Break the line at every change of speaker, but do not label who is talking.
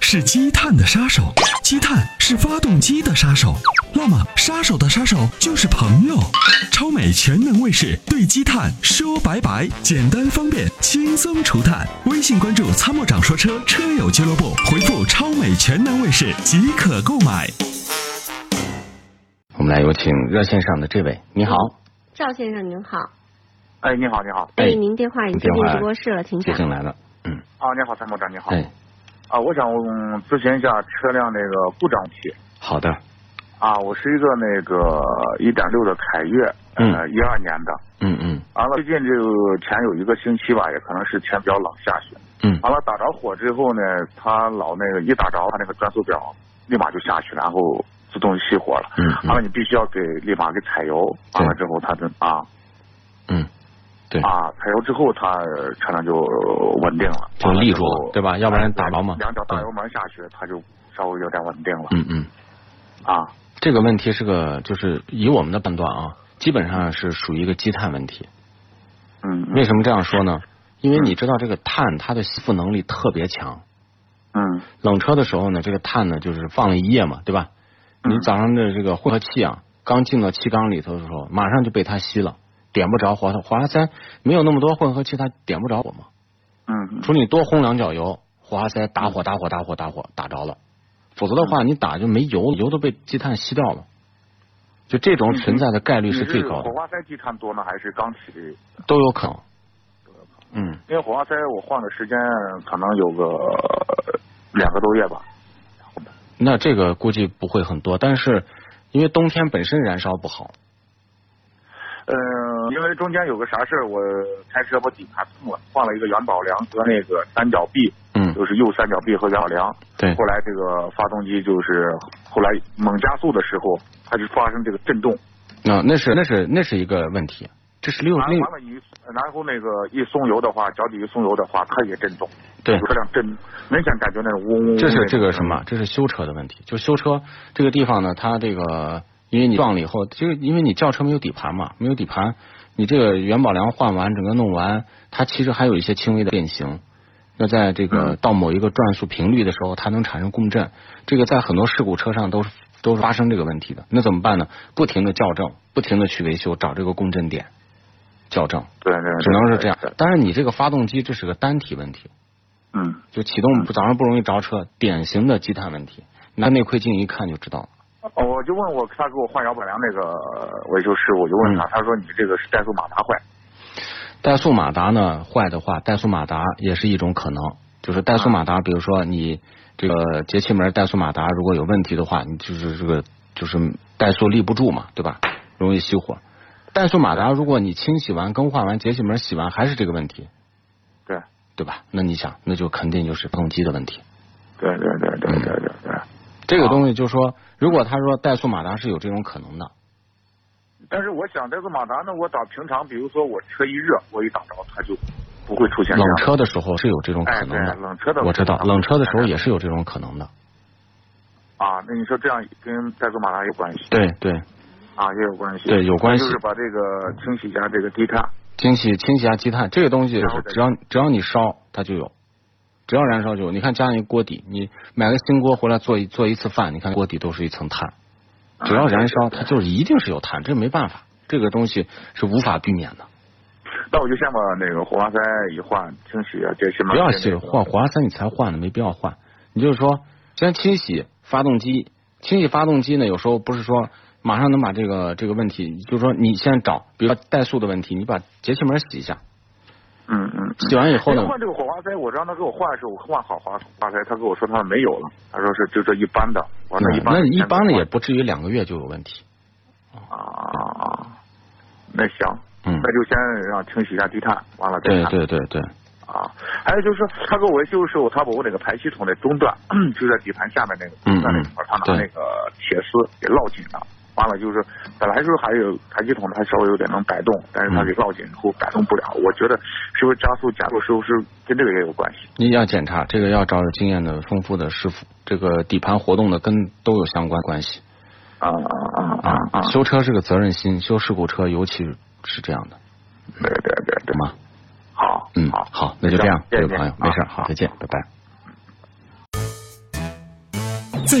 是积碳的杀手，积碳是发动机的杀手。那么，杀手的杀手就是朋友。超美全能卫士对积碳说拜拜，简单方便，轻松除碳。微信关注“参谋长说车”车友俱乐部，回复“超美全能卫士”即可购买。
我们来有请热线上的这位，你好，
赵先生您好，
哎，你好，你好，
哎
哎，您电话已经
电
进
话
直播室了，请
接进
讲。
来了，嗯，
啊，你好，参谋长，你好。
哎，
啊，我想嗯咨询一下车辆那个故障问题。
好的，
啊，我是一个那个一点六的凯越，呃，一二年的。
嗯嗯
完了，最近这个前有一个星期吧，也可能是天比较冷，下雪。
嗯，
完了，打着火之后呢，它老那个一打着，它那个转速表立马就下去，然后自动熄火了。
嗯
完了，
嗯
你必须要给立马给踩油，完了之后它就啊
嗯，对，
啊踩油之后，它车辆就稳定了，
就立住
完了之后
了，对吧？要不然打着嘛，
哎两脚大油门下去，它就稍微有点稳定了。
嗯嗯，
啊，
这个问题是个，就是以我们的判断啊，基本上是属于一个积碳问题。
嗯嗯
为什么这样说呢？因为你知道这个碳它的吸附能力特别强，
嗯
冷车的时候呢，这个碳呢就是放了一夜嘛，对吧？
嗯
你早上的这个混合气啊，刚进到气缸里头的时候，马上就被它吸了，点不着火，火花塞没有那么多混合气，它点不着火嘛。
嗯
除非你多轰两脚油，火花塞打火打火打火打火打着了，否则的话你打就没油，油都被积碳吸掉了。就这种存在的概率
你
是最高的
火，花塞积碳多呢，还是缸体？
都有可能。嗯，
因为火花塞我换的时间可能有个呃两个多月吧。
那这个估计不会很多，但是因为冬天本身燃烧不好，
嗯、因为中间有个啥事儿，我开车把底盘碰了，换了一个元宝梁和那个三角臂，
嗯，
就是右三角臂和元宝梁。
对，
后来这个发动机就是后来猛加速的时候，它就发生这个震动，
那那是那是那是一个问题，这是六
完
另
完了你然后那个一松油的话，脚底一松油的话，它也震动。
对，
车辆震，明显感觉那种嗡嗡。
这是这个什？么？这是修车的问题。就修车这个地方呢，它这个因为你撞了以后，这个因为你轿车没有底盘嘛，没有底盘，你这个元宝梁换完，整个弄完，它其实还有一些轻微的变形。那在这个
嗯
到某一个转速频率的时候，它能产生共振，这个在很多事故车上都是都是发生这个问题的。那怎么办呢？不停的校正，不停的去维修，找这个共振点校正，
对对，对
只能是这样
对。
但是你这个发动机这是个单体问题，
嗯，
就启动不早上不容易着车，典型的积碳问题。拿内窥镜一看就知道了。
哦我就问我他给我换摇板梁那个维修师，我就问他，
嗯
他说你这个是怠速马达坏。
怠速马达呢坏的话，怠速马达也是一种可能，就是怠
嗯
速马达，比如说你这个节气门怠速马达如果有问题的话，你就是这个就是怠速立不住嘛，对吧？容易熄火。怠速马达如果你清洗完、更换完节气门洗完还是这个问题，
对
对吧？那你想，那就肯定就是发动机的问题。
对对对对对
嗯
对对。
这个东西就说，如果他说怠速马达是有这种可能的，
但是我想怠速马达呢，我打平常，比如说我车一热，我一打着它就不会出现这
冷
样。
车的时候是有这种
哎，
可
对
能的，。
冷车的
我知道，冷车的时候也是有这种可能的。
啊。那你说这样跟怠速马达有关系？
对对，
啊，也有关系。
对有关系
就是把这个清洗一下这个低碳。
清洗清洗下积碳，这个东西
然后再
只要只要你烧它就有，只要燃烧就有。你看家里锅底，你买个新锅回来做一做一次饭，你看锅底都是一层碳，
啊
只要燃烧它就是一定是有碳，这没办法，这个东西是无法避免的。
那我就先把那个火花塞一换，清洗啊，这些嘛
不要
这些
洗
那个
换火花塞，你才换呢，没必要换。你就是说，先清洗发动机，清洗发动机呢，有时候不是说马上能把这个这个问题，就是说你先找，比如说怠速的问题，你把节气门洗一下，
嗯嗯。嗯
洗完以后呢，
换这个火花塞，我让他给我换的时候，我换好花花塞，他跟我说他没有了，他说是就这一般的，我说
嗯
一般
那
的
一般的
先
也不至于两个月就有问题。
换啊。那行，
嗯，
那就先让清洗一下低碳，完了再
对
看
对对对，
啊。还有就是他给我维修的时候，他把我那个排气筒的中段， 就在底盘下面那个
嗯
中段那块儿，他拿
对
那个铁丝给烙紧了。完了就是本来就是还有排气筒，它稍微有点能摆动，但是它
嗯
给烙紧以后摆动不了。我觉得是不是加速加速时候是跟这个也有关系？
你要检查这个要找有经验的丰富的师傅，这个底盘活动的跟都有相关关系
啊啊啊
啊。
啊！
修车是个责任心，修事故车尤其是这样的，
对对对对
懂，吗？
好，
嗯，
好，
好，那就这样，
行
这
谢
位
谢
朋友，没事儿，
啊
好，再见，拜拜。
在